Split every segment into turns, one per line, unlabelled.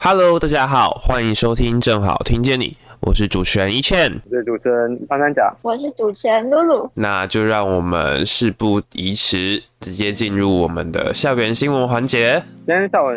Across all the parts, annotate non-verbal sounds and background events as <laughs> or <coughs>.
Hello，大家好，欢迎收听《正好听见你》，我是主持人一倩。
我是主持人潘三甲，
我是主持人露露，
那就让我们事不宜迟，直接进入我们的校园新闻环节。
今天下午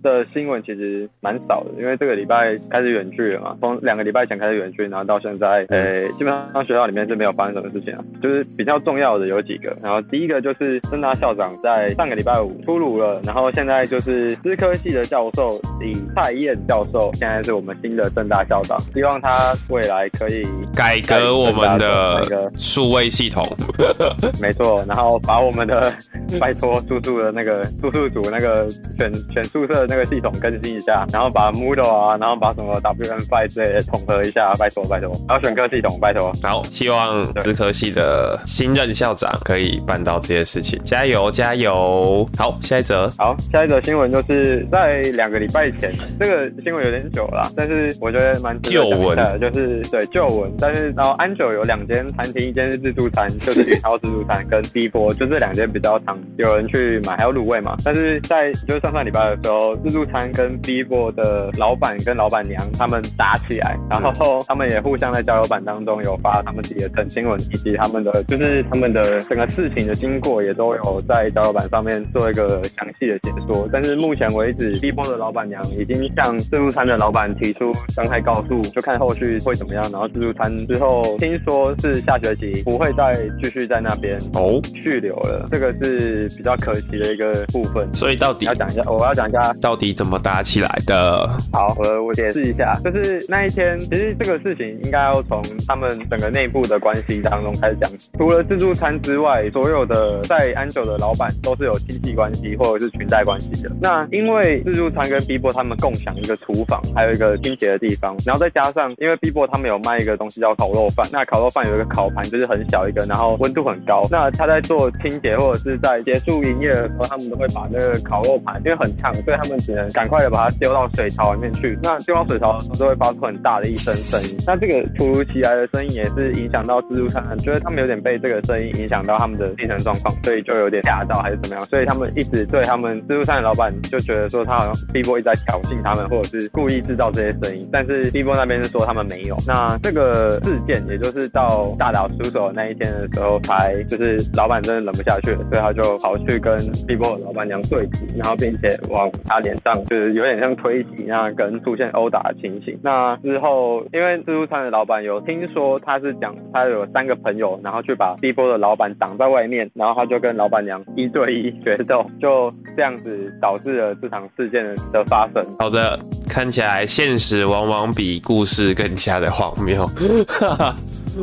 的新闻其实蛮少的，因为这个礼拜开始远距了嘛，从两个礼拜前开始远距，然后到现在，呃、基本上学校里面是没有发生什么事情啊。就是比较重要的有几个，然后第一个就是正大校长在上个礼拜五出炉了，然后现在就是资科系的教授李蔡燕教授，现在是我们新的正大校长，希望他未来可以
改革我们的数位系统，
<laughs> 没错，然后把我们的拜托住宿的那个住宿组那个选选宿舍的那个系统更新一下，然后把 Moodle 啊，然后把什么 WM5 之类的统合一下，拜托拜托，然后选课系统拜托，
好，希望资科系的新任校长可以办到这些事情，加油加油！好，下一则，
好，下一则新闻就是在两个礼拜前，这个新闻有点久了啦，但是我觉得蛮值得讲一下的，就是对旧闻，但是然后安久有两间餐厅，一间是自助餐，就是宇涛自助餐跟 B 波，就这两间比较常有人去买，还有卤味嘛。但是在就是上上礼拜的时候，自助餐跟 B 波的老板跟老板娘他们打起来，然后他们也互相在交流版当中有发他们自己的澄清文，以及他们的就是他们的呃整个事情的经过也都有在交流版上面做一个详细的解说。但是目前为止，B 波的老板娘已经向自助餐的老板提出伤害告诉，就看后续会怎么样。然后自助餐之后听说是下学期不会再继续在那边
哦，
续留了，这个是比较可惜的一个部分。
所以到底
要讲一下，我要讲一下
到底怎么打起来的？
好，我我解释一下，就是那一天，其实这个事情应该要从他们整个内部的关系当中开始讲。除了自助餐之外，所有的在安久的老板都是有亲戚关系或者是裙带关系的。那因为自助餐跟 B 波他们共享一个厨房，还有一个清洁的地方，然后再加上因为 B 波他们有卖一个东西叫烤肉饭，那烤肉饭有一个烤盘，就是很小一个，然后温度很高。那他在做清洁或者是在结束营业的时候，他们都会把那个烤肉盘，因为很烫，所以他们只能赶快的把它丢到水槽里面去。那丢到水槽的时候，就会发出很大的一声声音。那这个突如其来的声音也是影响到自助餐，觉得他们有点被这个声音影响到他们的精神状况，所以就有点吓到还是怎么样，所以他们一直对他们自助餐的老板就觉得说他好像 B 波一直在挑衅他们，或者是故意制造这些声音。但是 B 波那边是说他们没有。那这个事件也就是到大打出手的那一天的时候，才就是老板真的忍不下去了，所以他就跑去跟 B 波的老板娘对峙，然后并且往他脸上就是有点像推挤那样跟出现殴打的情形。那之后，因为自助餐的老板有听说他是讲他有三个朋友，然后去把 B 波的老板挡在外面，然后他就跟老板娘一对一决斗，就这样子导致了这场事件的发生。
好的，看起来现实往往比故事更加的荒谬， <laughs>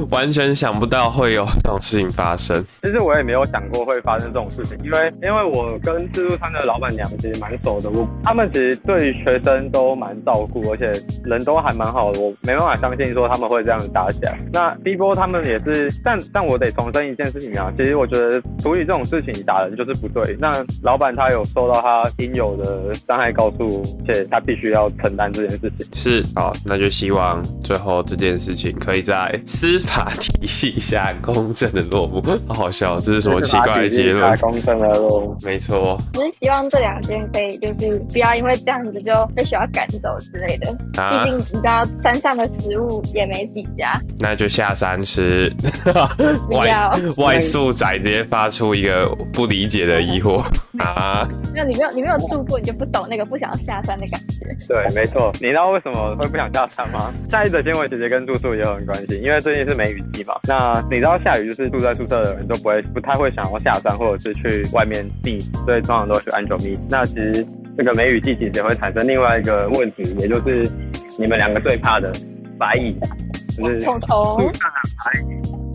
完全想不到会有这种事情发生。
其实我也没有想过会发生这种事情，因为因为我跟自助餐的老板娘其实蛮熟的，我他们其实对学生都蛮照顾，而且人都还蛮好的，我没办法相信说他们会这样子打起来。那 B 波他们也是，但但我得重申一件事情啊，其实我觉得处理这种事情打人就是不对。那老板他有受到他应有的伤害告诉，而且他必须要承担这件事情。
是，好，那就希望最后这件事情可以在司法体系下公正的落幕。好好笑，这是什么奇怪的结论
打？公正的路。
没错，
我是希望这两间可以就是不要因为这样子就被学校赶走之类的。
啊
毕，竟你知道山上的食物也没几家，
那就下山吃。外
要
外宿仔直接发出一个不理解的疑惑啊！
那你没有你没有住过，你就不懂那个不想要下山的感觉。
对，没错。你知道为什么会不想下山吗？ <laughs> 下一则新闻其实跟住宿也有很关系，因为最近是梅雨季嘛。那你知道下雨就是住在宿舍的人都不会不太会想要下山，或者是去外面避，所以通常都会去安久蜜。那其实这个梅雨季其实会产生另外一个问题，也就是你们两个最怕的白蚁，就是
虫虫
路上的白蚁。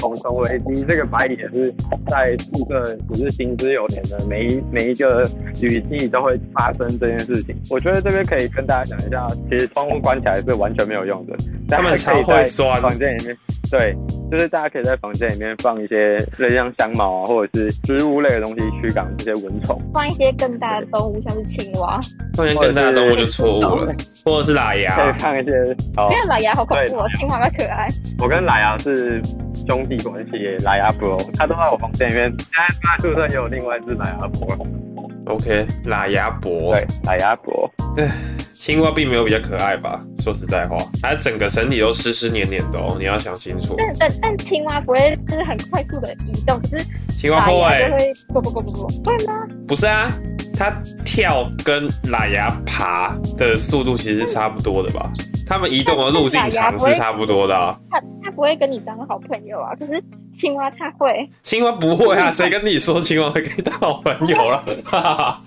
重重危机，这个白蚁也是在宿舍，只是行之有年的，每一每一个雨季都会发生这件事情。我觉得这边可以跟大家讲一下，其实窗户关起来是完全没有用的，
他们
大家可
超
以
会
在
钻
房间里面。对，就是大家可以在房间里面放一些类似像香茅啊，或者是植物类的东西驱赶这些蚊虫。
放一些更大的动物，像是青蛙。
突然更大的动物就错误了，或者是喇
可以
牙。
放一些，好
因，为老牙好恐怖哦，青蛙比较可爱。
我跟莱牙是兄弟关系，莱牙 bro，他都在我房间里面。现在住在宿舍也有另外一只莱牙 bro，
OK，喇牙伯
对，莱牙 bro。
青蛙并没有比较可爱吧？说实在话，它整个身体都湿湿黏黏的哦，你要想清楚。
但但但青蛙不会就是很快速的移动，可是
青蛙
打
后
牙
尾
就会啵啵啵啵啵，会吗？
不是啊，它跳跟拉牙爬的速度其实是差不多的吧？它们移动的路径长是差不多的、啊。
它它不会跟你当好朋友啊，可是青蛙它会。
青蛙不会
<laughs>
啊，谁跟你说青蛙会跟你当好朋友啊了？哈哈
<laughs>
哈。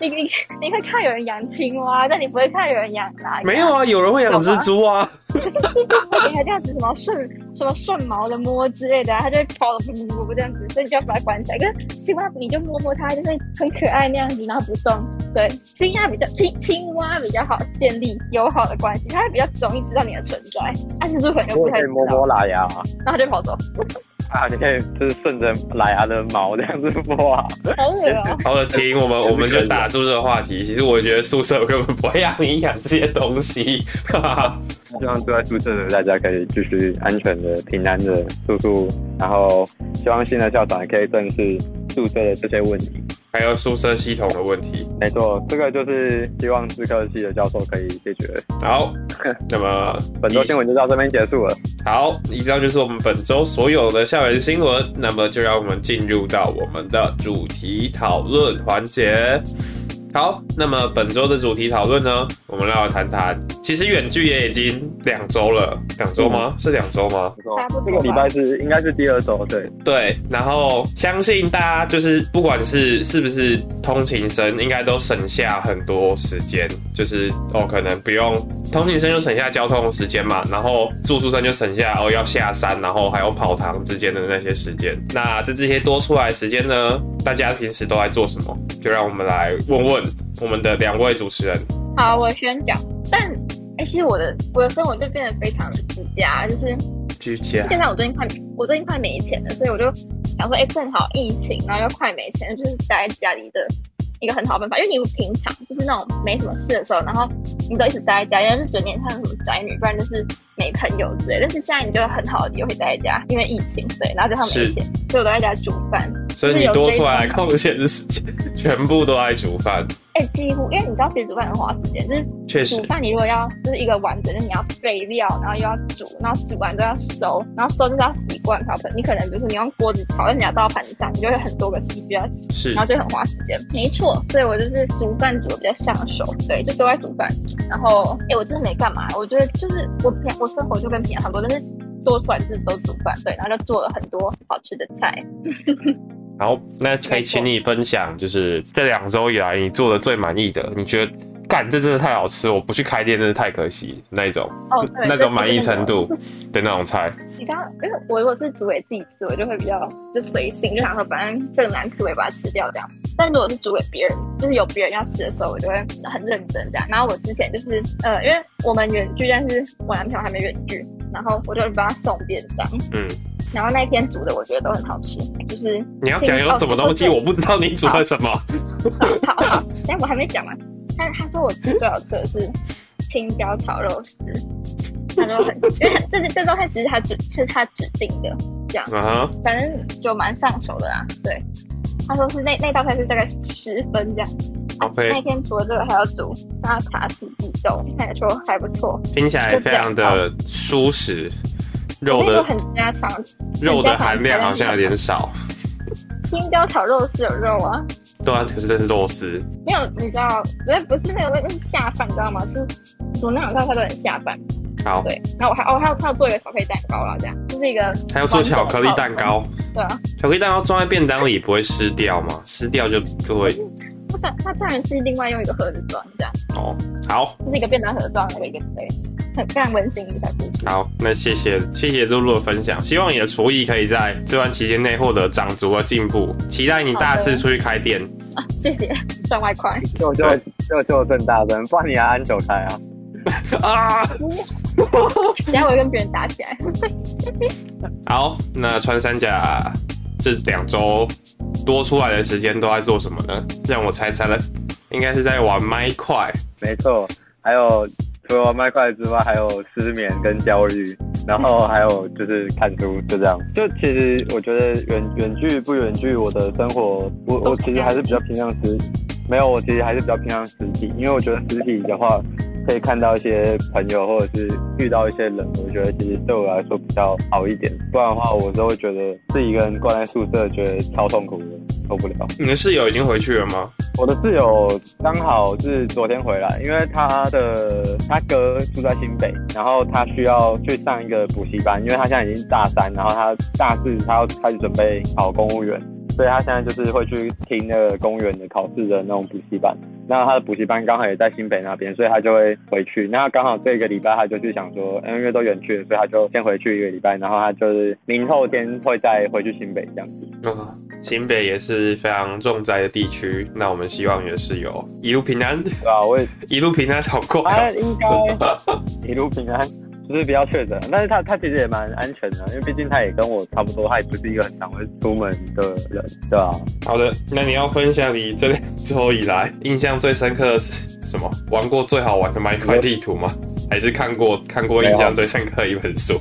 你你你会看有人养青蛙，但你不会看有人养哪？
没有啊，有人会养蜘蛛
<laughs>
啊。
就是就是它这样子什么顺什么顺毛的摸之类的、啊，它就会跑的噗噗噗噗这样子，所以你就要把它关起来。可是青蛙你就摸摸它，就是很可爱那样子，然后不动。对，青蛙比较青青蛙比较好建立友好的关系，它会比较容易知道你的存在。但蜘蛛可能就
我也
哎不太
可以
知
摸
道，
摸拉牙啊
然后它就跑走，
啊，你可以就是顺着拉牙的毛这样子摸啊。
好恶哦、
好了，停，我们我们就打住这个话题。其实我觉得宿舍根本不会让你养这些东西。哈哈。
希望住在宿舍的大家可以继续安全的、平安的住宿，然后希望新的校长也可以正视宿舍的这些问题。
还有宿舍系统的问题。
没错，这个就是希望自科系的教授可以解决。 <laughs>
好，那么
本周新闻就到这边结束了。
好，以上就是我们本周所有的校园新闻。那么就让我们进入到我们的主题讨论环节。好，那么本周的主题讨论呢，我们要谈谈，其实远距也已经两周了，两周吗？
嗯
是两周吗？
没错
差不多吧
这个礼拜是应该是第二周，对，
对，然后相信大家就是不管是是不是通勤生，应该都省下很多时间，就是哦，可能不用通勤生就省下交通的时间嘛，然后住宿生就省下哦要下山，然后还有跑堂之间的那些时间。那在这些多出来的时间呢，大家平时都在做什么？就让我们来问问我们的两位主持人。
好，我宣讲。但哎、其实我的我的生活就变得非常的居家，就是
居家
现在我最近快我最近快没钱了，所以我就想说，哎、正好疫情，然后又快没钱，就是待在家里的一个很好的办法。因为你平常就是那种没什么事的时候，然后你都一直待在家，人家就觉得你很像什么宅女，不然就是没朋友之类。但是现在你就有很好的机会待在家，因为疫情，对，然后加上没
是
钱，所以我都在家煮饭。
所以你多出来空闲的时间，全部都爱煮饭，
哎、几乎因为你知道，其实煮饭很花时间，就是
确实
煮饭你如果要就是一个完整，就是你要备料，然后又要煮，然后煮完之后要收，然后收就是要洗罐瓢盆。你可能比如说你用锅子炒，但你要倒到盘子上，你就会有很多个哎洗需要洗，
是
然后就很花时间。没错，所以我就是煮饭煮的比较上手，对，就都在煮饭。然后，哎、我真的没干嘛，我觉得就是我平我生活就跟平常差不多，但是做出来就是都煮饭，对，然后就做了很多好吃的菜。
好，那可以请你分享，就是这两周以来你做的最满意的，你觉得干这真的太好吃，我不去开店真的太可惜那一种，
哦，对，
那
这
种满意程度
这个
<laughs> 的那种菜。
你刚刚，因为我如果是煮给自己吃，我就会比较就随性，就想说反正这个难吃我也把它吃掉这样。但如果是煮给别人，就是有别人要吃的时候，我就会很认真这样。然后我之前就是呃，因为我们远距，但是我男朋友还没远距，然后我就帮他送便当，
嗯，
然后那一天煮的我觉得都很好吃，就是
你要讲有什么东西，
哦
我不知道你煮了什么。
<laughs> 好好，但我还没讲完。他他说我最好吃的是青椒炒肉丝，他说很，因为这这道菜其实他指是他指定的，这样。
嗯哼，
反正就蛮上手的啦。啊对，他说是那那道菜是大概十分这样。
OK
那天除了这个还要煮沙茶四季豆，他也说还不错。
听起来非常的舒适，肉
那个
的
很家常，
肉的含量好像有点少。
青椒炒肉丝有肉啊，
对啊，可是这是肉丝，
没有你知道，不是不是那个那是下饭，你知道吗？是煮那两道菜都很下饭。
好，
对，然后我还哦还有还有做一个巧克力蛋糕啦，这样就是一个
还要做巧克力蛋糕。
对啊，
巧克力蛋糕装在便当里不会湿掉吗？湿掉就就会
嗯它当它当然是另外用一个盒子装这样，
哦。好，
就是一个便当盒装那个一个对，很非常温馨的小故事。
好，那谢谢谢谢露露的分享，希望你的厨艺可以在这段期间内获得长足的进步，期待你大肆出去开店。
谢谢，赚外快。
就就就就正大声，不然你还安久开啊？
啊，
<laughs> 等一下我会跟别人打起来。
好，那穿山甲这两周多出来的时间都在做什么呢？让我猜猜了，应该是在玩麦块。
<laughs> 没错，还有除了麦块之外，还有失眠跟焦虑，然后还有就是看书，就这样。 <laughs> 就其实我觉得远远距不远距，我的生活，我我其实还是比较偏向吃没有，我其实还是比较偏向实体，因为我觉得实体的话，可以看到一些朋友或者是遇到一些人，我觉得其实对我来说比较好一点。不然的话，我都会觉得自己一个人关在宿舍，觉得超痛苦的，受不了。
你的室友已经回去了吗？
我的室友刚好是昨天回来，因为他的他哥住在新北，然后他需要去上一个补习班，因为他现在已经大三，然后他大四他要开始准备考公务员，所以他现在就是会去听那个公务员的考试的那种补习班。那他的补习班刚好也在新北那边，所以他就会回去。那刚好这个礼拜他就去想说，嗯因为都远去了，所以他就先回去一个嗯礼拜，然后他就是明后天会再回去新北这样子。
嗯，新北也是非常重灾的地区，那我们希望你的室友一路平安， <laughs>
对啊，我也
一路平安好过。
他哎应该 <laughs> 一路平安，就是不要确诊。但是他他其实也蛮安全的，因为毕竟他也跟我差不多，他也不是一个很常会出门的人，对吧、
好的，那你要分享你这两周以来印象最深刻的是什么？玩过最好玩的买一块地图吗？还是看过看过印象最深刻的一本书？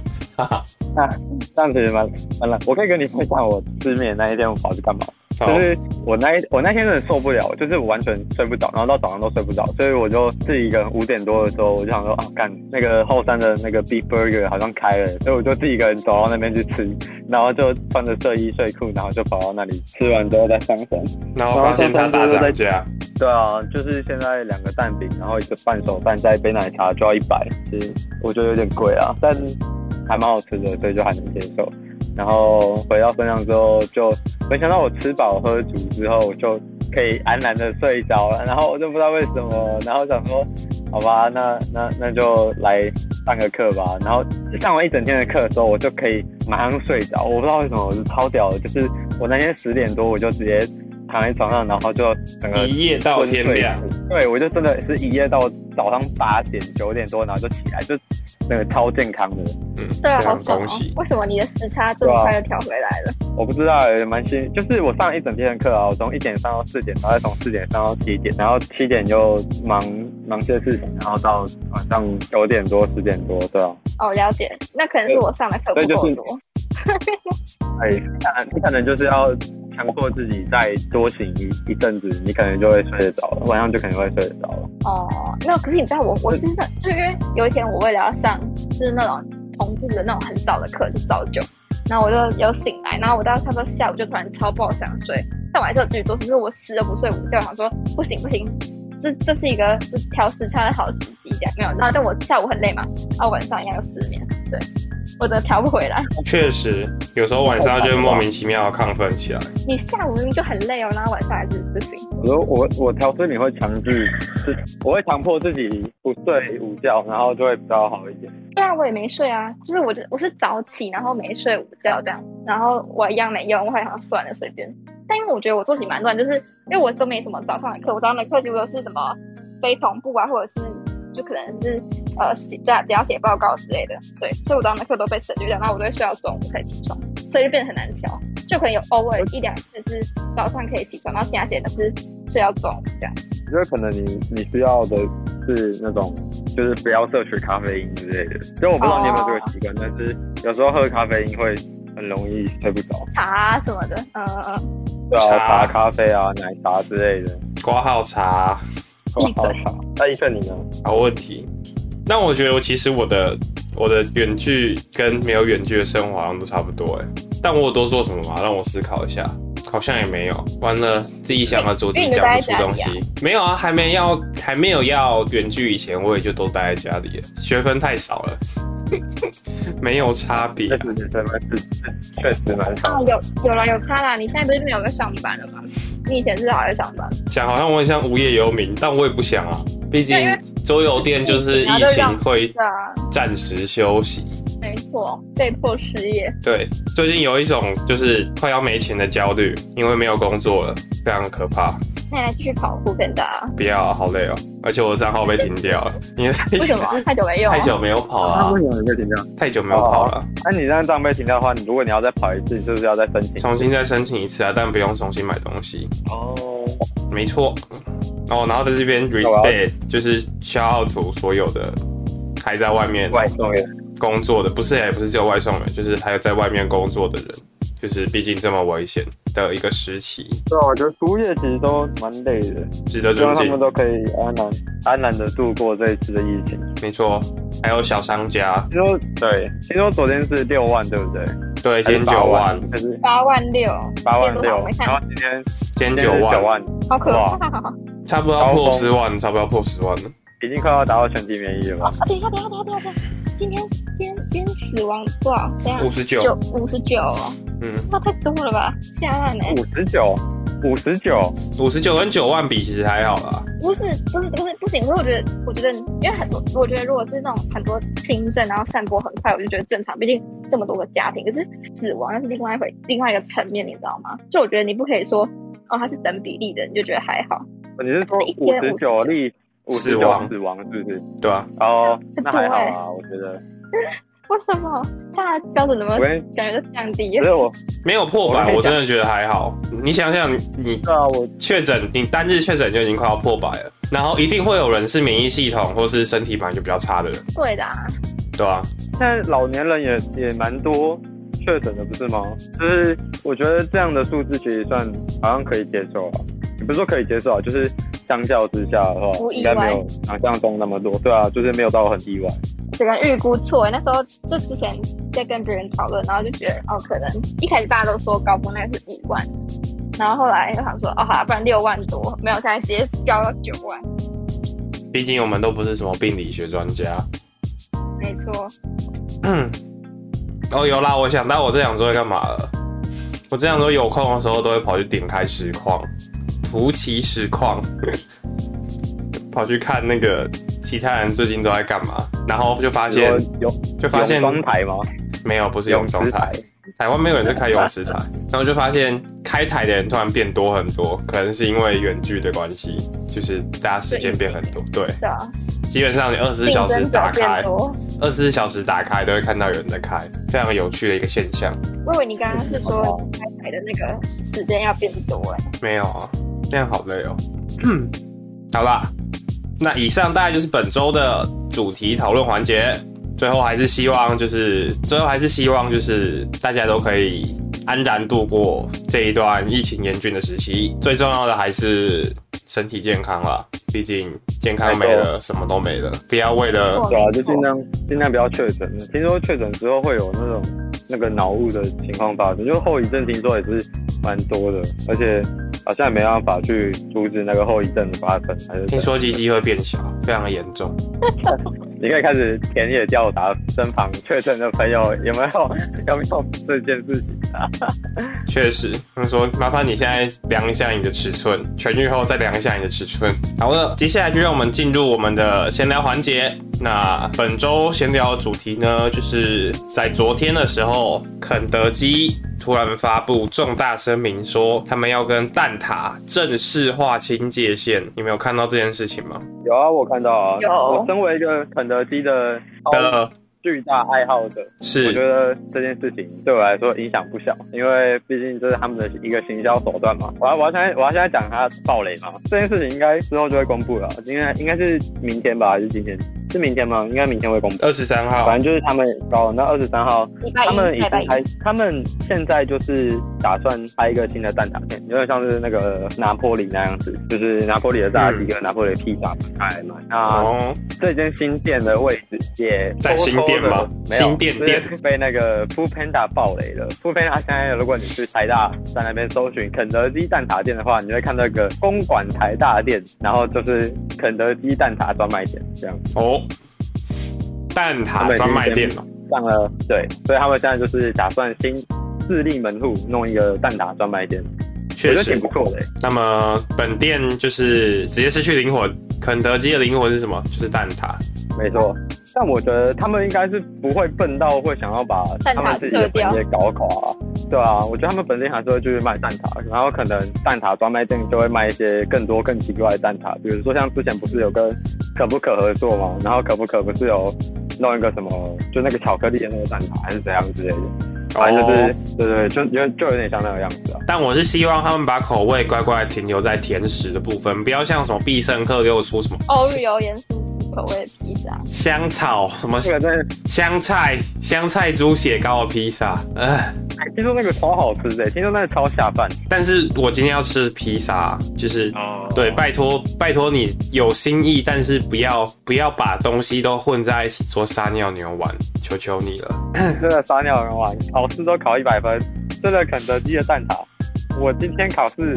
这样子也蛮蛮懒。我可以跟你分享我失眠那一天我跑去干嘛。
好
就，是我那一我那天真的受不了，就是我完全睡不着，然后到早上都睡不着，所以我就自己一个人五点多的时候，我就想说啊，干那个后山的那个 Big Burger 好像开了，所以我就自己一个人走到那边去吃，然后就穿着睡衣睡裤，然后就跑到那里吃完之后再上山。
然后发现它大涨价，
对啊，就是现在两个蛋饼，然后一个半熟蛋加一杯奶茶就要一百，其实我觉得有点贵啊，但还蛮好吃的，所以就还能接受。然后回到分享之后就，没想到我吃饱喝足之后，我就可以安然的睡着了。然后我就不知道为什么，然后想说，好吧，那那那就来上个课吧。然后上完一整天的课的时候，我就可以马上睡着。我不知道为什么，我是超屌的，就是我那天十点多我就直接躺在床上，然后就整个
呃一夜到天亮。
对，我就真的是一夜到早上八点九点多，然后就起来，就那个超健康的。
嗯，
<laughs> 对啊，
非
好
常
爽、
恭
哦
喜！。
为什么你的时差这么快就调回来了？
我不知道，也蛮新，就是我上一整天的课啊，我从一点上到四点，然后再从四点上到七点，然后七点又忙忙些事情，然后到晚上九点多十点多，对啊。
哦，了解，那可能是我上的课不
对就
够
是
多。
哎，当然你可能就是要强迫自己再多醒一一阵子，你可能就会睡得着了，晚上就可能会睡得着了。
哦，没有，可是你知道我，我是那，就因为有一天我为了要上，就是那种同步的那种很早的课，就早九，然后我就有醒来，然后我到差不多下午就突然超爆想睡，但我还是有继续做，只是我死都不睡午觉，我想说不行不行，这这是一个是调时差的好时机，这样没有，然后但我下午很累嘛，然后晚上一样又失眠，对，我真的调不回来。
确实，有时候晚上就会莫名其妙地亢奋起来。
你下午明明就很累哦，然后晚上还是不行。
我说我我调试你会强制，是我会强迫自己不睡午觉，然后就会比较好一点。
对啊，我也没睡啊，就是我就我是早起，然后没睡午觉这样，然后我一样没用，我好像算了随便。但因为我觉得我作息蛮乱，就是因为我都没什么早上的课，我早上的课如果是什么非同步啊，或者是就可能是呃写只只要写报告之类的，对，所以我早上的课都被省略掉，然后我都会睡到中午才起床，所以就变得很难调，就可能有偶尔一两次是早上可以起床，然后其他时间都是睡到中午这样。
我觉得可能你你需要的是那种，就是不要摄取咖啡因之类的。就我不知道你有没有这个习惯，
哦
但是有时候喝咖啡因会很容易睡不着，
茶啊什么的，嗯嗯嗯。
对啊，
茶
茶、咖啡啊、奶茶之类的。
挂号茶，
闭嘴
好茶。那医生你呢？
好问题。那我觉得我其实我的我的远距跟没有远距的生活好像都差不多哎，但我有多做什么吗？让我思考一下，好像也没有。完了，自己想要做
哎
自己想不出东
因为
西。没有啊，还没要还没有要远距以前，我也就都待在家里了，学分太少了， <laughs> 没有差别、
确
啊。
实真的是确实蛮
哦
长，。
有有啦有差啦，你现在不是没有在上班了吗？你以前至少还在上班，
讲好像我很像无业游民，但我也不想啊，毕竟
对因为
桌游店就是
疫情啊
疫
都
情
让
会
对啊，
暂时休息。
没错，被迫失业，
对，最近有一种就是快要没钱的焦虑，因为没有工作了，非常可怕。
那你还继续跑酷跟大
不要、啊，好累哦，而且我的账号被停掉了，因 <laughs> 为太
为什么 <laughs> 太久没用？
太久没有
哦
跑了、啊，
为什么你会哦停掉？
太久没有跑了，
那、你让账被停掉的话，你如果你要再跑一次，就是要再申请。
重新再申请一次啊，但不用重新买东西。
哦，
没错。哦，然后在这边 respect 就是消耗组所有的还在外面
外送员
工作的，不是也不是只有外送人，就是还有在外面工作的人，就是毕竟这么危险的一个时期，
对啊，我觉得服务业其实都蛮累的，
值得
希望
尊
他
敬。
们都可以安然安然的度过这一次的疫情。
没错，还有小商家，
听说对，听说昨天是六万，对不对？
对，
还
减
是
九
八
万，，
还是
八万六，
八万
今天多少
六
我没？看
然后今天
减
今天
九
是九
万，
万，
好可怕！哦
差不多要破十万，差不多要破十万了。 <laughs>
已经快要达到全体免疫了吧？
啊，等一下，等一下，等一下，等一下，今天今天今天死亡多少？等一
五
下，
十九，
九五十九，哦
嗯，
那太多了吧？吓烂哎！
五十九，五十九，
五十九跟九万比其实还好啦。
不是不是不是不行，可是我觉得我觉得，因为很多我觉得如果是那种很多轻症，然后散播很快，我就觉得正常，毕竟这么多个家庭。可是死亡那是另外一回另外一个层面，你知道吗？就我觉得你不可以说哦它是等比例的，你就觉得还好。
你是说
是一
五
天
十九例五
死
十
亡
九死亡是不是？
对啊，
哦，那还好
很
啊，我觉得。
为什么大家标准怎么
我跟
感觉都降低
可？是我
没有破
我
百，
跟你
我真的觉得还好。你想想，你
对啊，我
确诊，你单日确诊就已经快要破百了，然后一定会有人是免疫系统或是身体本来就比较差的人，
对的、啊，
对吧、
现在老年人也也蛮多确诊的，不是吗？就是我觉得这样的数字其实算好像可以接受啊，也不是说可以接受啊，就是相较之下的话
不，意
应
外
该没有想象中那么多。对啊，就是没有到很意外。
只能预估错、那时候就之前在跟别人讨论，然后就觉得哦，可能一开始大家都说高峰那个是五万，然后后来就想说哦，好啦，不然六万多，没有，现在直接飙到九万。
毕竟我们都不是什么病理学专家。
没错，
嗯， <coughs> 哦，有啦，我想到我这两周在干嘛了。我这两周有空的时候都会跑去点开实况，图奇实况，跑去看那个其他人最近都在干嘛，然后就发现
有有
就发现
泳装台吗？
没有，不是泳装
池
台，台湾没有人在开泳池台，然后就发现开台的人突然变多很多，可能是因为远距的关系，就是大家时间变很多，对，
对啊，
基本上你二十四
竞
小时
争者
打开
变，多。
二十四小时打开都会看到有人在开，非常有趣的一个现象。
我以为你刚刚是
嗯
说开台的那个时间要变多哎、
没有啊，这样好累哦。 <clears throat> 好啦，那以上大概就是本周的主题讨论环节。最后还是希望就是，最后还是希望就是大家都可以安然度过这一段疫情严峻的时期。最重要的还是身体健康啦，毕竟健康没了，什么都没了。不要为了
错
对啊，就
哦没错
尽量尽量不要确诊。听说确诊之后会有那种那个脑雾的情况发生，就后遗症听说也是蛮多的，而且好像也没办法去阻止那个后遗症的发生。还是
听说鸡鸡会变小，非常的严重。
你可以开始田野调查身旁确诊的朋友有没有有没有这件事情。
确实，他们说麻烦你现在量一下你的尺寸，痊愈后再量一下你的尺寸。好了，接下来就让我们进入我们的闲聊环节。那本周闲聊的主题呢，就是在昨天的时候，肯德基突然发布重大声明说，他们要跟蛋挞正式划清界限。你们有看到这件事情吗？
有啊，我看到啊。
有
我身为一个肯德基的超
的
巨大爱好者，我觉
呃是
得这件事情对我来说影响不小，因为毕竟这是他们的一个行销手段嘛。我要我要现在我要现在讲他暴雷嘛，这件事情应该之后就会公布了，应该应该是明天吧，还是今天？是明天吗？应该明天会公布。
二十三号
反，正就是他们搞那二十三号，
礼拜
他们
一、
已
礼
经
拜一，
开，他们现在就是打算开一个新的蛋挞店，有点像是那个拿坡里那样子，就是拿坡里的炸鸡跟拿坡里的披萨开嘛。那
嗯哦，
这间新店的位置也
在
偷偷
新店
地
吗
没有
新店店
就是被那个 Food Panda 爆雷了。Food Panda 现在如果你去台大在那边搜寻肯德基蛋挞店的话，你会看到一个公馆台大店，然后就是肯德基蛋挞专卖店这样。
哦，蛋挞专卖店哦，
上了对，所以他们现在就是打算新自立门户弄一个蛋挞专卖店，我
确
觉得
实
挺不错的、欸
那么本店就是直接失去灵魂，肯德基的灵魂是什么？就是蛋挞。
没错，但我觉得他们应该是不会笨到会想要把他们自己的本业搞垮、啊，对啊，我觉得他们本地还是会继续卖蛋挞，然后可能蛋挞专卖店就会卖一些更多更奇怪的蛋挞，比如说像之前不是有跟可不可合作嘛，然后可不可不是有弄一个什么，就那个巧克力的那个蛋挞还是怎样之类的，反正就是、
哦
对对，就就就有点像那个样子啊。
但我是希望他们把口味乖乖停留在甜食的部分，不要像什么必胜客给我出什么
欧日油盐酥鸡口味的披萨，
香草、什么
这个真的
香菜、香菜猪血糕的披萨，呃，
听哎说那个超好吃的、听说那个超下饭。
但是我今天要吃披萨，就是
哦
对，拜托拜托你有心意，但是不要不要把东西都混在一起做撒尿牛丸，求求你了。
真的撒尿人玩，考试都考一百分，真的肯德基的蛋挞，我今天考试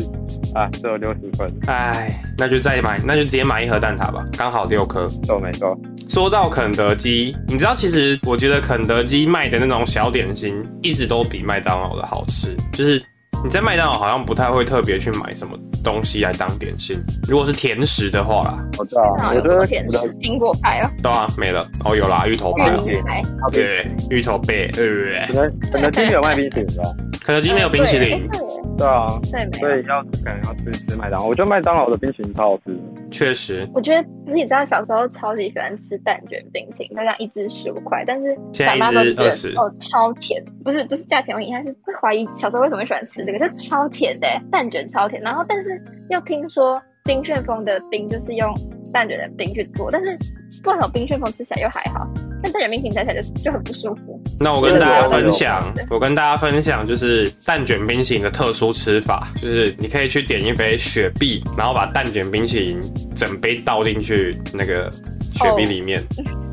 啊只有六十分，
唉，那就再买，那就直接买一盒蛋挞吧，刚好六颗。
错没错？
说到肯德基，你知道，其实我觉得肯德基卖的那种小点心，一直都比麦当劳的好吃。就是你在麦当劳好像不太会特别去买什么东西来当点心，如果是甜食的话啦，
我知道，
那
我
有
觉
什么
得
甜
我
食
的？
苹果派哦，
对啊，没了。哦，有啦，芋头派
啊
啦
嗯，
玉米派，
咖啡，
对，芋头贝，呃，
可能可能今天有卖冰淇淋的，
肯德基没有冰淇淋，
对
对啊，
对没
所
有。
以要可能要去吃麦当劳。我觉得麦当劳的冰淇淋超好吃，
确实，
我觉得自己知道小时候超级喜欢吃蛋卷冰淇淋，大概一支十五块，但是
现在
长大
一
都
支
觉
20
得哦超甜，不是不是价钱问题，它是会怀疑小时候为什么会喜欢吃这个，就超甜的蛋卷超甜，然后但是又听说冰旋风的冰就是用蛋卷的冰去做，但是不知道冰旋风吃起来又还好，但蛋卷冰淇淋吃起来就就很不舒服。
那我跟大家分享
对对，
我跟大家分享就是蛋卷冰淇淋的特殊吃法，就是你可以去点一杯雪碧，然后把蛋卷冰淇淋整杯倒进去那个雪碧里面，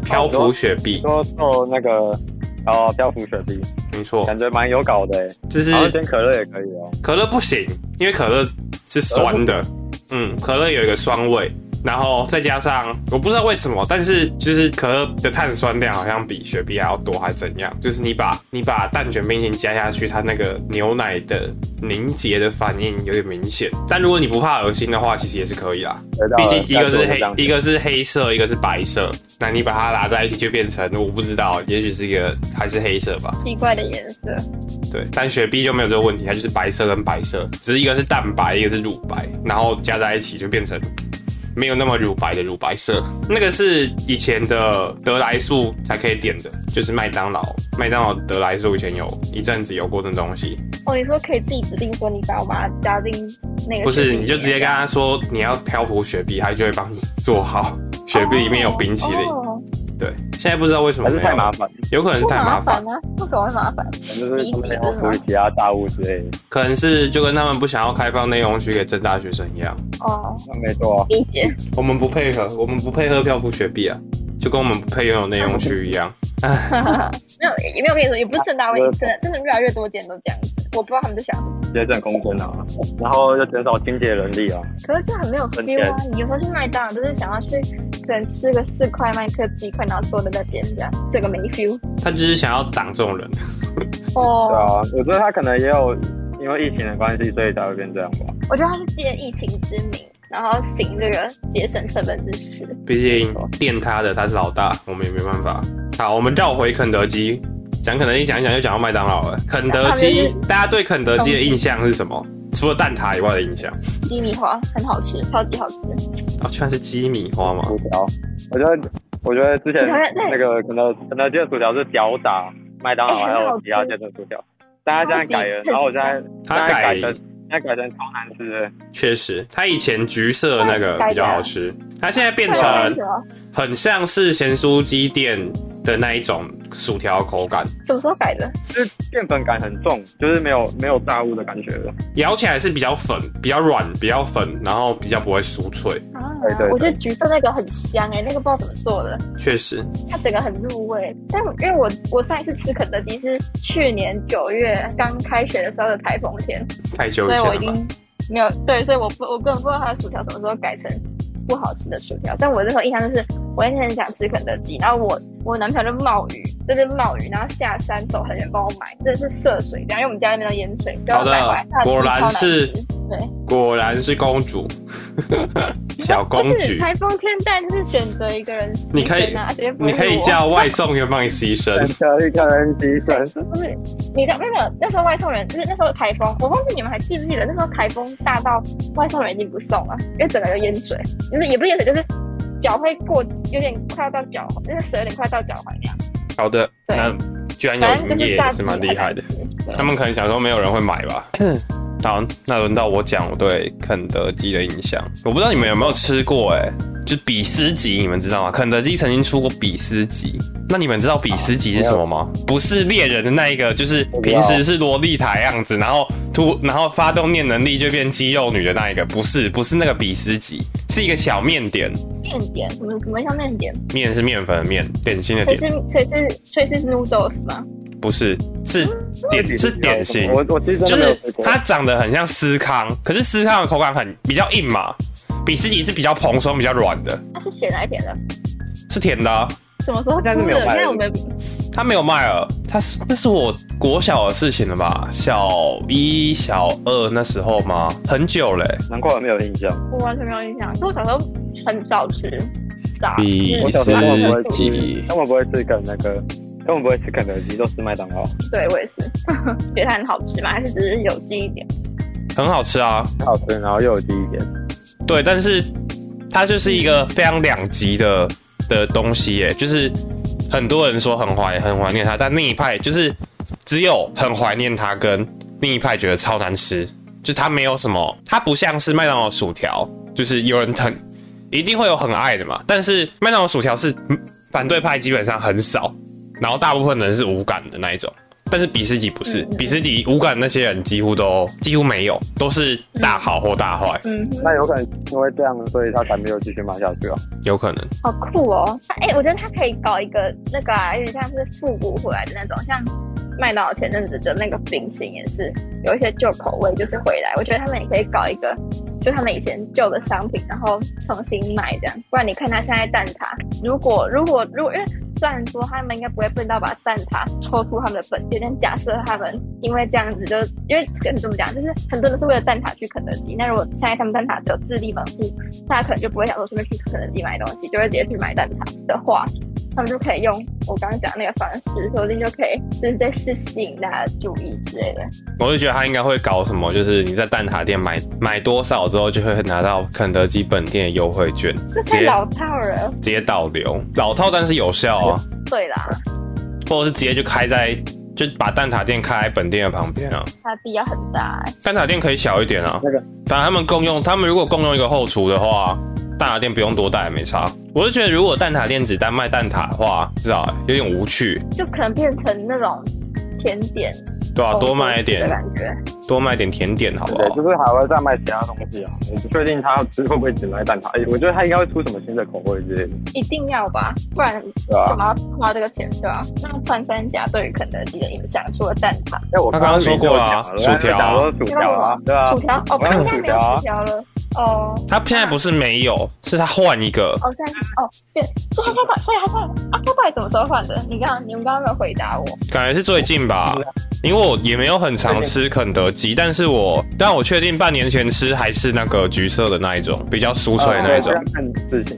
漂浮雪碧，
说做那个哦漂浮雪碧，
没错，
感觉蛮有搞的欸，
哦就是
然后点可乐也可以哦。
可乐不行，因为可乐是酸的，嗯，可乐有一个酸味。然后再加上我不知道为什么，但是就是可乐的碳酸量好像比雪碧还要多，还怎样？就是你把你把蛋卷冰淇淋加下去，它那个牛奶的凝结的反应有点明显。但如果你不怕恶心的话，其实也是可以啦。
得到
毕
了
竟一个是黑
下次我就这样，
一个是黑色，一个是白色。那你把它拉在一起，就变成我不知道，也许是一个还是黑色吧。
奇怪的颜色，
对，但雪碧就没有这个问题，它就是白色跟白色，只是一个是蛋白，一个是乳白，然后加在一起就变成没有那么乳白的乳白色。那个是以前的德来素才可以点的，就是麦当劳，麦当劳德来素以前有一阵子有过那东西，
哦，你说可以自己指定说你把我把它加进
哎
那个
不
雪
是
碧里
你就直接
面
跟他说你要漂浮雪碧，他就会帮你做好。
<laughs>
雪碧里面有冰淇淋，
哦
对，现在不知道为什么
还是
没
太麻
有，
烦，
有可能是
不
太麻
麻
烦
烦，吗？为什么会麻烦？
可能就是他们
挤一挤
要处理其他大物之类的。
可能是就跟他们不想要开放内容区给正大学生一样。
哦，
那没错，
理解。 <laughs>
我们不配合，我们不配合漂浮雪碧啊，就跟我们不配拥有内容区一样。
没有，也没有跟你说，也不是正
啊
大问题，真的真的越来越多间都这样子，我不知道他们在想什么。
节省空间啊，然后又减少清洁能力啊。
可是这很没有 feel 啊！你有时候去麦当劳就是想要去，可能吃个四块麦克鸡块，然后坐在那边这样，这个没 feel
他就是想要挡这种人，
对
哦。
啊，我觉得他可能也有因为疫情的关系，所以才会变这样吧。
我觉得他是借疫情之名，然后行这个节省成本之实。
毕竟电他的他是老大，我们也没办法。好，我们绕回肯德基，讲肯德基讲一讲就讲到麦当劳了。肯德基，大家对肯德基的印象是什么？除了蛋挞以外的印象
鸡米花很好吃，超级好吃。
哦，居然是鸡米花吗？
薯条，我觉得，我觉得之前
薯条对
那个肯德肯德基的薯条是屌炸麦当劳
哎
还
很
有
好吃
其他店的薯条，大家现在改了，然后我现在
它
现在
改
改成现在改成超难吃的，
确实，它以前橘色的那个比较好吃，它现在变成
那什么？
很像是咸酥鸡店的那一种薯条口感。
什么时候改的？
就是淀粉感很重，就是没有没有炸物的感觉了。
咬起来是比较粉、比较软、比较粉，然后比较不会酥脆。
啊
对哎对对
我觉得橘色那个很香哎、那个不知道怎么做的。
确实，
它整个很入味。但我因为我我上一次吃肯德基是去年九月刚开学的时候的台风天，
太久
所
以
以
前
我
了
已
吧？
经没有对，所以我不我根本不知道它的薯条什么时候改成不好吃的薯条。但我那时候印象就是，我那天很想吃肯德基，然后我我男朋友就冒雨，就是冒雨，然后下山走很远帮我买，真的是涉水这样，因为我们家那边都淹水，就要
好的
买回来。
果然是
对。
果然是公主，小公
不是
举。
台风天，但是选择一个人牺牲啊，
你可以
绝对不会
你
是
可以
我
叫外送员帮你牺
肯
牲，
德基肯德基粉，
就是你知道没有没有那时候外送人，就是那时候台风，我忘记你们还记不记得那时候台风大到外送人已经不送了，因为整个就淹水，就是也不是淹水，就是脚会过，有点快要到脚，就是水有点快到脚踝那样。
好的，
对
那居然有
反正
营
就
业
炸
也
鸡
是蛮厉害的。
很
他
难吃。
们可能想说没有人会买吧。好，那轮到我讲我对肯德基的印象。我不知道你们有没有吃过哎、就比斯吉，你们知道吗？肯德基曾经出过比斯吉，那你们知道比斯吉是什么吗？不是猎人的那一个，就是
我知道
平时是萝莉塔样子，然后突然后发动念能力就变肌肉女的那一个，不是，不是那个比斯吉，是一个小面点，
面点，什么什么叫面点？
面是面粉的面，点心的
所以
点，
是所以是所以是 noodles 吗？
不是，是点是点心。
我我其实
就
真的没有
是
吃过。
它长得很像司康，可是司康的口感很比较硬嘛，比斯吉是比较蓬松、比较软的，
它是咸还是甜的？
是甜的、啊。
什么时候出的？
但是没有卖
因为我们
它没有卖了，它是那是我国小的事情了吧？小一、小二那时候吗？很久嘞、
难怪我没有印象。
我完全没有印象，所以我小时候很少吃炸。
比
我
嗯
小时
斯
候根本不会
吉
吃，根本不会吃肯那个，根本不会吃肯德基，都吃麦当劳。
对我也是， <laughs> 觉得它很好吃嘛，还是只是有机一点？
很好吃啊。
很好吃，然后又有记忆点。
对，但是它就是一个非常两极的的东西耶，就是很多人说很怀很怀念它，但另一派就是只有很怀念它，跟另一派觉得超难吃，就它没有什么，它不像是麦当劳薯条，就是有人很一定会有很爱的嘛，但是麦当劳薯条是嗯反对派基本上很少，然后大部分人是无感的那一种。但是比斯吉不是
嗯嗯，嗯
比斯吉无感那些人几乎都几乎没有，都是大好或大坏，
嗯，
那有可能因为这样，所以他才没有继续卖下去啊。
有可能。
好酷哦！哎、我觉得它可以搞一个那个、啊，有点像是复古回来的那种，像麦当劳前阵子的那个冰淇淋也是有一些旧口味，就是回来。我觉得他们也可以搞一个，就他们以前旧的商品，然后重新卖这样。不然你看它现在蛋挞，如果 <laughs> 如果如果因为。虽然说他们应该不会笨到把蛋挞抽出他们的本店，但假设他们因为这样子就，因为这个怎么讲，就是很多人是为了蛋挞去肯德基。那如果现在他们蛋挞只有自立门户，大家可能就不会想说顺便去肯德基买东西，就会直接去买蛋挞的话，他们就可以用我刚刚讲的那个方式，说不定就可以就是在是吸引大家的注意之类的。
我就觉得他应该会搞什么，就是你在蛋挞店买买多少之后，就会拿到肯德基本店的优惠券，
这
直
太
接
老套了，
直接导流老套，但是有效啊，
对啦，
或者是直接就开在就把蛋挞店开在本店的旁边啊，
它必要很大、欸。
蛋挞店可以小一点啊，
那个
反正他们共用，他们如果共用一个后厨的话，蛋挞店不用多带也没差。我就觉得如果蛋挞店只单卖蛋挞的话，不知道有点无趣，
就可能变成那种甜点，
对
哦
吧、多卖一
的
点，
感觉。
多卖一点甜点好不
对，
好？
就是还会再卖其他东西啊。我不确定他之后会不会只卖蛋挞，哎我觉得他应该会出什么新的口味之类的，
一定要吧，不然
对吧、
干嘛要花这个钱，对吧、那穿山甲对于肯德基的影响，除了蛋挞、
哎，我
他刚刚说过了啊
刚刚
薯条
讲
啊
说薯条啊，对啊
薯，条，哦，
我要
现
薯
在没有
条啊
薯条了，哦。
他现在不是没有，是他换一个，
哦，现在哦，对，所以他到底所以他现在啊，他到底什么时候换的？你刚你们刚刚没有回答我，
感觉是最近吧，因为我也没有很常吃肯德基，但是我但我确定半年前吃还是那个橘色的那一种，比较酥脆的那一种
这。样看事情，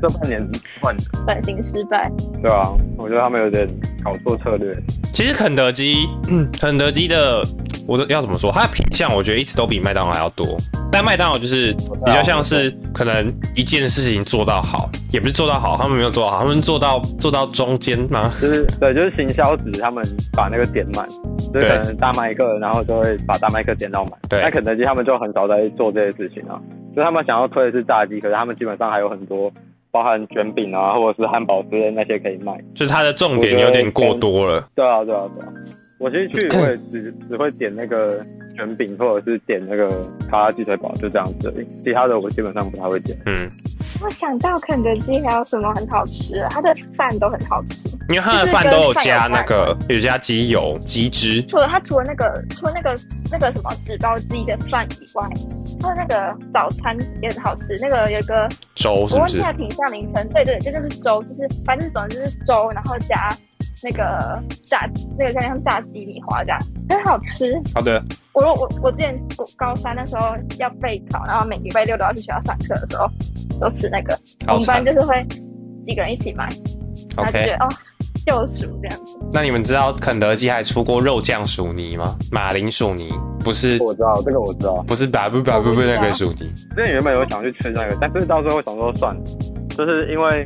这半年换的，
转型失败，
对啊，我觉得他们有点搞错策略。
其实肯德基， <clears throat> 嗯肯德基的我都要怎么说，它的品相我觉得一直都比麦当劳还要多，但麦当劳就是比较像是可能一件事情做到好，也不是做到好，他们没有做到好，他们做到做到中间嘛。
就是对，就是行销值，他们把那个点满，就是
对
可能大麦克，然后就会把大麦克点到满。
对
那肯德基他们就很少在做这些事情啊，就他们想要推的是炸鸡，可是他们基本上还有很多包含卷饼啊，或者是汉堡之类的那些可以卖。
就是它的重点有点过多了，
对啊，对啊，对啊。我其实去我也只只会点那个卷饼，或者是点那个卡拉鸡腿堡，就这样子而已。其他的我基本上不太会点。
嗯，
我想到肯德基还有什么很好吃啊、它的饭都很好吃，
因为它的饭都有加那个有加鸡油、鸡汁，
除了它除了那个除了那个那个什么纸包鸡的饭以外，它的那个早餐也很好吃，那个有一个
粥是不
我忘记
是
它？品相名称，对对，这就是粥，就是反正总之就是粥，然后加那个炸那个像像炸鸡米花这样，很好吃。
好的，
我我我之前高三那时候要备考，然后每礼拜六都要去学校上课的时候，都吃那个。我
好
们
惨
班。就是会几个人一起买，然后就
OK
觉得哦救赎这样子。
那你们知道肯德基还出过肉酱薯泥吗？马铃薯泥不是
我知道这个，我知道。
不是把不把不不那个薯泥，
之前原本有想去吃那个，但是到最后想说算了，就是因为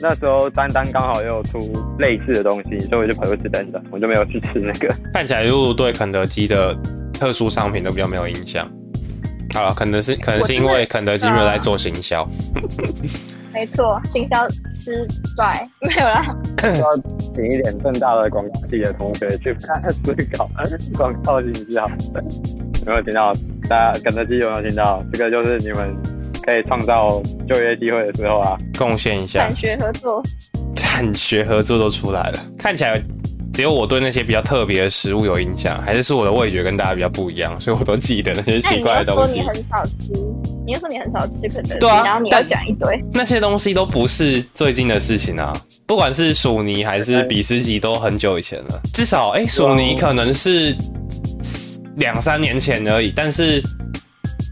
那时候丹丹刚好也有出类似的东西，所以我就跑去吃丹丹，我就没有去吃那个。
看起来露露对肯德基的特殊商品都比较没有印象。好了，可能是可能是因
我真
为肯德基没有在做行销。
哎、没错，行销失败没有啦。
要请一点正大的广告系的同学去看思考广告形式好。有没有听到？大家肯德基有没有听到？这个就是你们可以创造就业机会的时候啊！
贡献一下
产，学合作，
产学合作都出来了。看起来只有我对那些比较特别的食物有印象，还是是我的味觉跟大家比较不一样，所以我都记得那些
那
奇
你又
怪的东
说你
西。
很少吃，你又说你很少吃肯德基，
对啊
然后你又
但
讲一堆，
那些东西都不是最近的事情啊，不管是薯泥还是比斯吉，都很久以前了。至少，哎、薯泥可能是两三年前而已，但是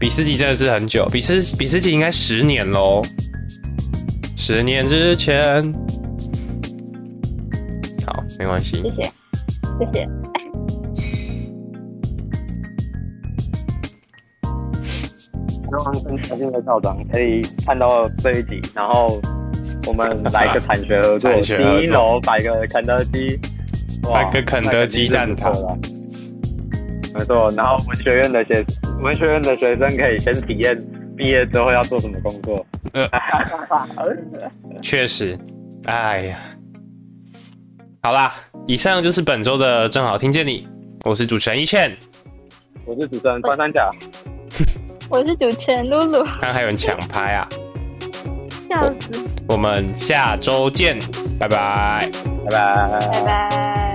比斯吉真的是很久，比斯比斯吉应该十年喽，十年之前。好，没关系
谢。谢，谢谢。
希望更开心的校长可以看到这一集，然后我们来一个产学
<laughs>
合作，
产学合作
第一楼摆个肯德基，哇
摆个肯德基蛋挞。
那肯定是不错的没错，然后文学院的学文学院的学生可以先体验毕业之后要做什么工作。
呃确实，哎呀，好啦，以上就是本周的正好听见你，我是主持人一倩，
我是主持人关三甲，
我是主持人露露，
刚刚还有人抢拍啊。
笑死，
我们下周见，拜拜。
拜拜，
拜拜。